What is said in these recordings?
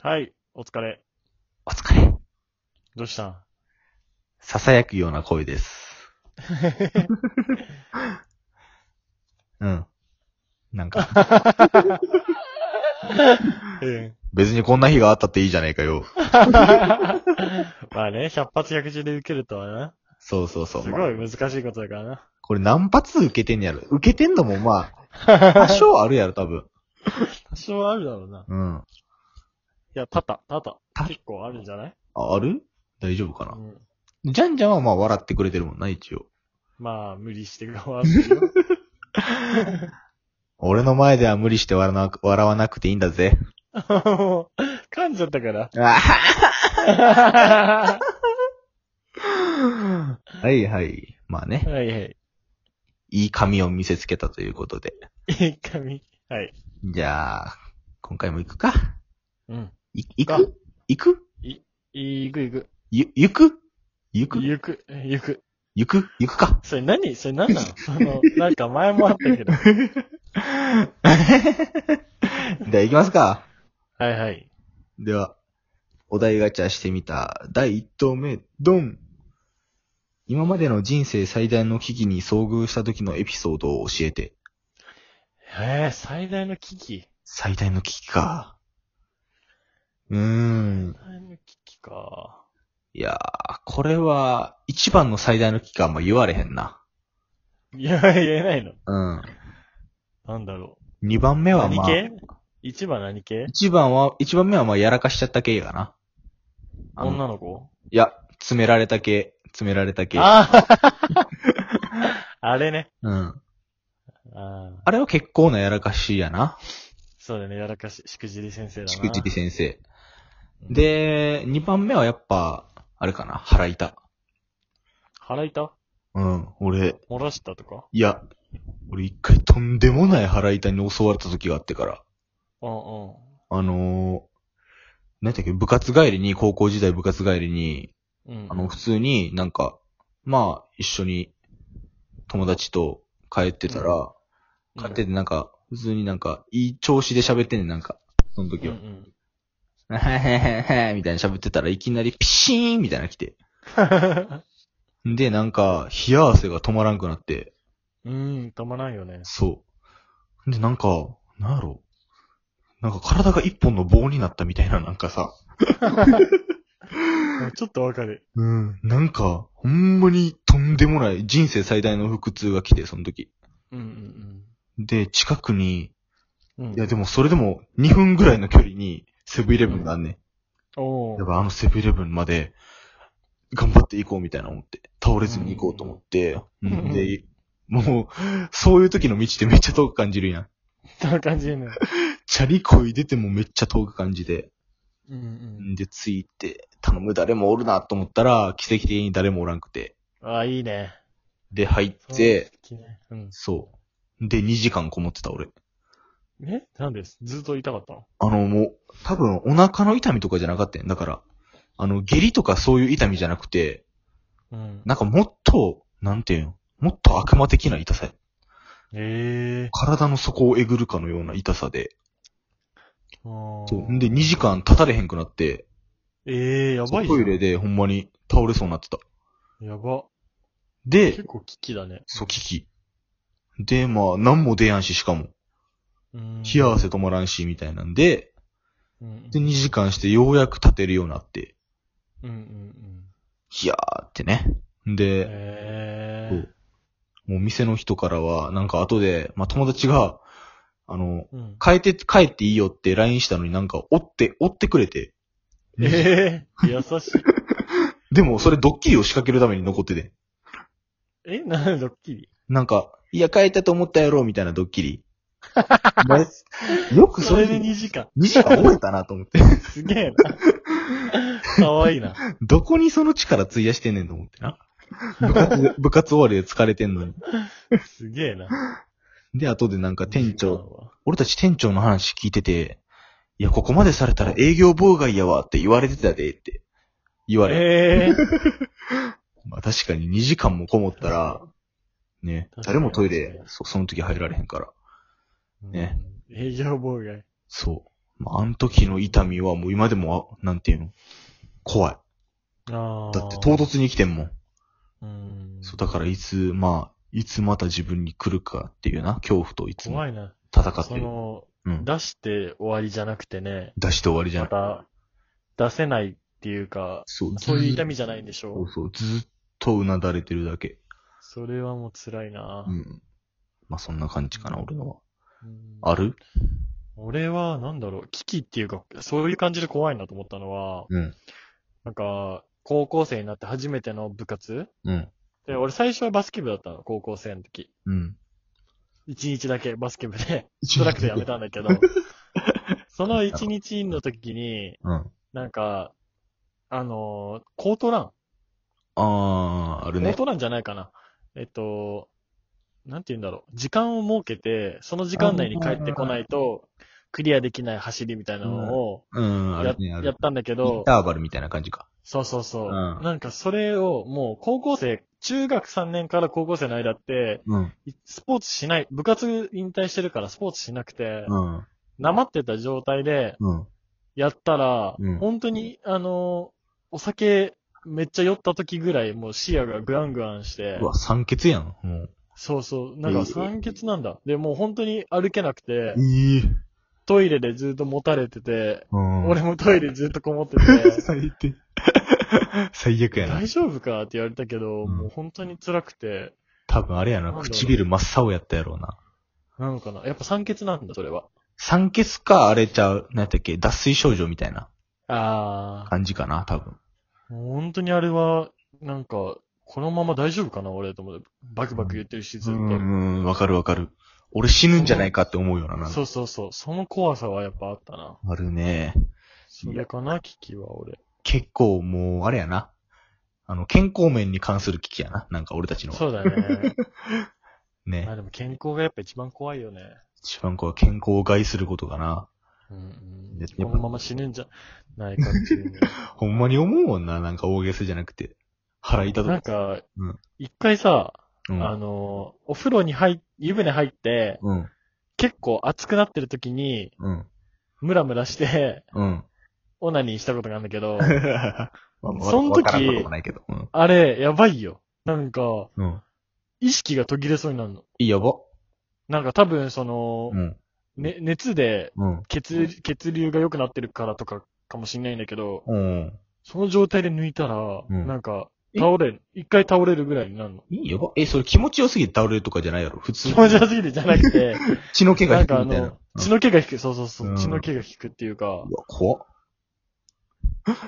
はい、お疲れ。お疲れ。どうしたん囁くような声です。 うん。なんか、うん。別にこんな日があったっていいじゃねえかよ。まあね、100発100中で受けるとはな。そうそうそう。すごい難しいことだからな。これ何発受けてんやろ受けてんのもま あ、多少あるやろ、多分。多少はあるだろうな。うん。いや、たた、たたた。結構あるんじゃないあ、ある大丈夫かうな、ん。ジャンジャンはまあ笑ってくれてるもんな、一応。まあ、無理して頑張ってよ。俺の前では無理して笑わな笑わなくていいんだぜ。もう、 噛んじゃった から。ははいはい。まあねい。はい。いい髪を見せつけたということで。いい髪。はい。じゃあ、今回も行くか。うん。い、行あく行くいくいく。ゆ、行く行くゆく、ゆく。行く行く か。それ何それ何なのその、なんか前もあった けど。では行きますか。はいはい。では、お題ガチャしてみた。第1投目、ドン今までの人生最大の危機に遭遇した時のエピソードを教えて。へえ、最大の危機。最大の危機か。うーん。最大の危機か。いやー、これは、一番の最大の危機かも言われへんな。いや、言えないの。うん。なんだろ二番目う。は何まあ、系一番何系一番は、一番目はまあ、やらかしちゃった系かな。あの女の子いや、詰められた系、詰められた系。ああ あれね。うん。あああれは結構なやらかしやな。そうだね、やらかし、しくじり先生だな。しくじり先生。うん、で、二番目はやっぱ、あれかな、腹痛。腹痛うん、俺、漏らしたとかいや、俺一回とんでもない腹痛に襲われた時があってから。うんうん。あのー、なんだっけ、部活帰りに、高校時代部活帰りに、うん。あの、普通になんか、まあ、一緒に友達と帰ってたら、うん、帰っててなんか、普通になんか、いい調子で喋ってんねん、なんか、その時うんうは。ん。ははははみたいな喋ってたらいきなりピシーンみたいなの来て。で、なんか、冷や汗が止まらんくなって、 うん、たまらんよね。 そう。で、なんか、なんやろ。なんか体が一本の棒になったみたいな、なんかさ。ちょっとわかる。うん。なんか、ほんまにとんでもない人生最大の腹痛が来て、その時。うんで、近くに、うんうん。うんいやでもそれでも2分ぐらいの距離にセブンイレブンがあんねおん。やっーぱあのセブンイレブンまで頑張っていこうみたいな思って、倒れずに行こうと思って、んうんで、もう、そういう時の道ってめっちゃ遠く感じるやん。そんな感じよね。チャリこい出てもめっちゃ遠く感じで、うんうん。んで、着いて、頼む誰もおるなと思ったら、奇跡的に誰もおらんくて。ああ、いいね。で、入って、そう好きねうん。そう。で、2時間こもってた俺。えなんですずっと痛かったのあの、もう、多分お腹の痛みとかじゃなかったんだから、あの、下痢とかそういう痛みじゃなくて、うん。なんかもっと、なんていうん、もっと悪魔的な痛さやええ体の底をえぐるかのような痛さで。ー。あーそう。んで、2時間立たれへんくなって、ええー、やばいじゃトんイレでほんまに倒れそうになってた。やば。で結、構危機だね。そう、危機。で、まあ、なんも出やんし、しかも。うん冷や汗止まらんし、みたいなんで、うんうん。で、2時間してようやく立てるようになって、うんうんうん。ひやーってね。で、えそうもう店の人からは、なんか後で、まあ、友達が、あの、えー。うん。帰って、帰っていいよって LINE したのになんか、追って、追ってくれて。ええー、優しい。 でも、それドッキリを仕掛けるために残ってて。えなんドッキリなんか、いや、帰ったと思ったやろ、みたいなドッキリ。 お前よくそそれれでで2時間。 2時間覚えたなと思って。 すげえな。かわいいな。どこにその力費やしてんねんと思ってな。部活、 部活終わりで疲れてんのに。すげえな。で、後でなんか店長、長。俺たち店長の話聞いてて、いや、ここまでされたら営業妨害やわって言われてたでって言われ。ええー。まあ確かに2時間もこもったら、ね確、かに誰もトイレ、そその時入られへんから。ねうん。営業妨害。そう。まあ、あの時の痛みはもう今でも、あなんていうの怖い。ああ。だって唐突に来てんもん。うん。そう、だからいつ、まあ、いつまた自分に来るかっていうな、恐怖といつも怖いな。戦ってそる。の、うん。出して終わりじゃなくてね、出して終わりじゃなまい。た、出せないっていうか、そう、そういう痛み。みじゃないんでしょそうそう、ずっとうなだれてるだけ。それはもう辛いなう、ん。まあ、そんな感じかな、俺のは。うんある俺は、なんだろう、危機っていうか、そういう感じで怖いなと思ったのは、うん。なんか、高校生になって初めての部活うん。で、俺最初はバスケ部だったの、高校生の時。うん。一日だけバスケ 部で、一辛くてやめたんだけど、その一日の時に、うん。あなんか、あのーコートランあー、あるコーね。トランじゃないかな。えっと、なんて言うんだろう。時間を設けて、その時間内に帰ってこないと、クリアできない走りみたいなのをうん、あやる,、ね、あやるっ。たんだけインど、ターバルみたいな感じか。そうそうそう。うんなんかそれをもう高校生、中学3年から高校生の間って、うん。いスポーツしない、部活引退してるからスポーツしなくて、うん。なまってた状態でうん。やったら、うん本当に、あの、お酒めっちゃ酔った時ぐらいもう視野がグワングワンしてう、わ、酸欠やん。もう。そうそう。なんか酸欠なんだ。で、もう本当に歩けなくて、いい。トイレでずっと持たれてて、うん。俺もトイレずっとこもってて、 最低。 最悪やな大。丈夫かって言われたけど、うんもう本当に辛くて、多分あれやな、なんだろう唇真っ青やったやろうな。なのかな。やっぱ酸欠なんだ、それは。酸欠か、あれちゃう、なんだっけ、脱水症状みたいなあ感じかな、多分。ー。もう本当にあれは、なんか、このまま大丈夫かな俺と思って、バクバク言ってるし、ずっうと。ん、うんわかるわかる。俺死ぬんじゃないかって思うよな、なんかそうそうそう。その怖さはやっぱあったな。あるね。それかな、危機は俺。結構もう、あれやな。あの、健康面に関する危機やな。なんか俺たちのは。そうだね。 まねあ。でも健康がやっぱ一番怖いよね。一番こう、健康を害することかな。うんでうん、このまま死ぬんじゃないかっ ていうね。ほんまに思うもんな、なんか大げさじゃなくて。腹痛となんか。かうん、一回さ、うあん。の、お風呂に入っ、湯船入って、うん。結構熱くなってる時に、うん。ムラムラして、 うん。オナニーしたことがあるんだ けど、まあまあそん時わからんこともないけど。うん。あれ、やばいよ。なんか、うん。意識が途切れそうになるの。いいやば。なんか多分、そのう、ん。ね、熱でうん。血、血流が良くなってるからとかかもしれないんだけど、うん。その状態で抜いたら、うんなんか、倒れる。一回倒れるぐらいになるの。いいやば。え、それ気持ちよすぎて倒れるとかじゃないやろ普通気。持ち悪すぎてじゃなくて、血の気がな引んかくあみたいなの。、血の気が引く、そうそうそう、うん血の気が引くっていうかうん、うわ、怖っ。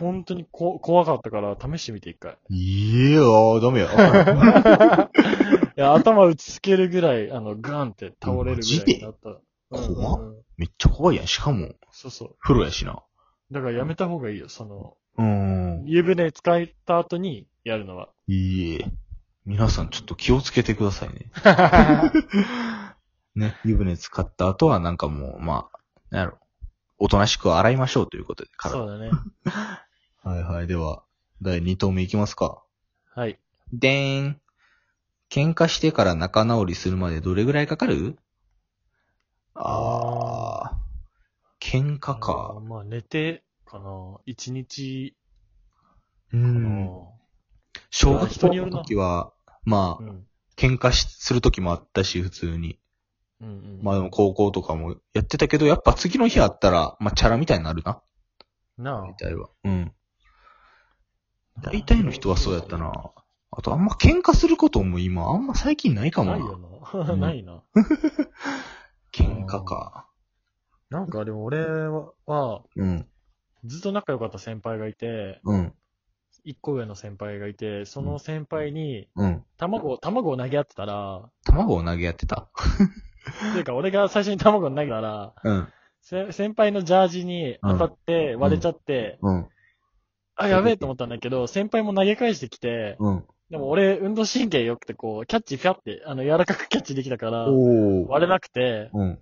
本当にこ怖かったから試してみて 一回。いやー、ダメや。いや、頭打ちつけるぐらい、あの、ガンって倒れるぐらいになった。マうジでん怖っうん めっちゃ怖いやん。しかも、そうそう。風呂やしな。だからやめた方がいいよ、その、うーん。湯船使った後にやるのは。いいえ。皆さんちょっと気をつけてください ね。ね、湯船使った後はなんかもう、まあ、なんやろ。おとなしく洗いましょうということで、体そうだね。はいはい。では、第2投目いきますか。はい。でーん。喧嘩してから仲直りするまでどれぐらいかかるああ。喧嘩あか。ーまあ、寝て、かな。一日、うかな。ん。小学校人によのるな時は、まうあ、ん。喧嘩しする時もあったし、普通に。うんうん。まあでも高校とかもやってたけど、やっぱ次の日あったら、まあチャラみたいになるな。な大体は。うん。あ。大体の人はそうやったな。あとあんま喧嘩することも今、あんま最近ないかもないな。ような。 んないな。喧嘩か。なんか、でも俺は、はうん。ずっと仲良かった先輩がいて、うん。一個上の先輩がいて、その先輩に、うん。卵を、卵を投げ合ってたら、卵を投げ合ってた。っていうか俺が最初に卵を投げたら、うん。せ先輩のジャージに当たってん割れちゃって、うん。あ、やべえと思ったんだけど、先輩も投げ返してきて、うん。でも俺運動神経良くてこう、キャッチフィャって、あの柔らかくキャッチできたから、おお。割れなくて、うん。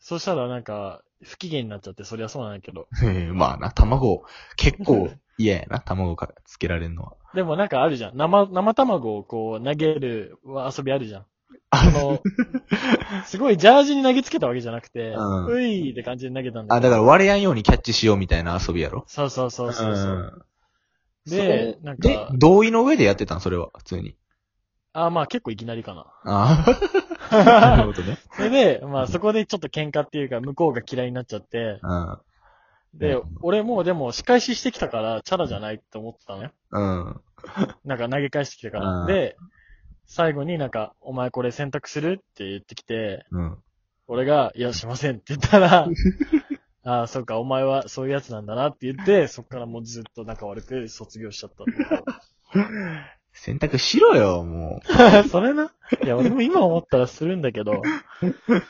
そしたらなんか、不機嫌になっちゃって、そりゃそうなんだけど。へえ まあな、卵、結 構嫌やな、卵かつけられるのは。でもなんかあるじゃん。生、生卵をこう投げる遊びあるじゃん。あの、すごいジャージに投げつけたわけじゃなくて、うんういーって感じで投げたんだあ、けだど。から割れやんようにキャッチしようみたいな遊びやろ。そうそうそうそうそう。んでそ、なんでか、、同意の上でやってたんそれは、普通に。あまあ結構いきなりかな。あ あ。なるほどね。それで、まあそこでちょっと喧嘩っていうか、向こうが嫌いになっちゃって、 うん。で、俺もうでも仕返ししてきたから、チャラじゃないって思ってたのよ。うん。なんか投げ返してきたかうら。んで、最後になんか、お前これ選択するって言ってきて、うん。俺が、いや、しませんって言ったら、 ああ、そうか、お前はそういうやつなんだなって言って、そっからもうずっと仲悪く卒業しちゃったんだ選択しろよ、もう。け ど。それな。いや、俺も今思ったらするんだけ ど、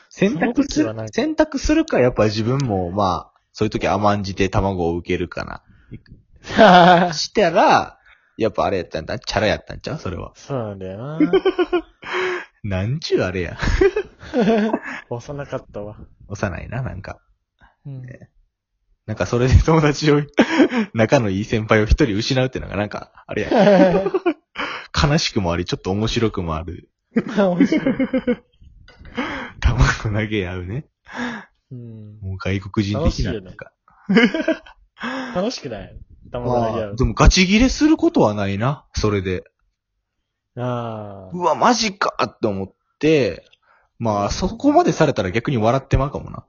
選択すその時はるなんか、選択するか、やっぱ自分も、まあ、そういう時甘んじて卵を受けるかな。したら、やっぱあれやったんだ。チャラやったんちゃうそれは。そうなんだよな。なんちゅうあれや。 幼かったわ。幼いな、なんか。うんなんかそれで友達を、 仲のいい先輩を一人失うっていうのがなんか、あれや。悲しくもあり、ちょっと面白くもある。面白い卵投げ合うね。 うんもう外国人的な。楽しいよねなんか楽しくない卵投げ合まあ、うで。もガチ切れすることはないな、それで。あうわ、マジかって思って、まあ、そこまでされたら逆に笑ってまうかもな。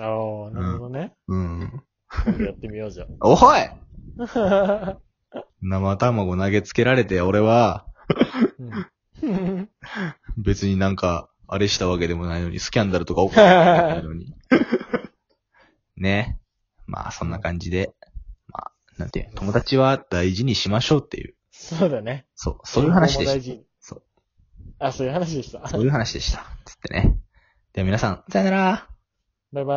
あ。ああ、なるほどね。うん。今度やってみようじゃん。おはい うん生卵投げつけられて、俺は、別になんか、あれしたわけでもないのに、スキャンダルとか起こってないのに。ね。まあ、そんな感じで。まあ、なんていうの、友達は大事にしましょうっていう。 そうだね。そう、そういう話で大し事そう。あ、そういう話でしたた。。そういう話でした。つってね。では皆さん、さよなら。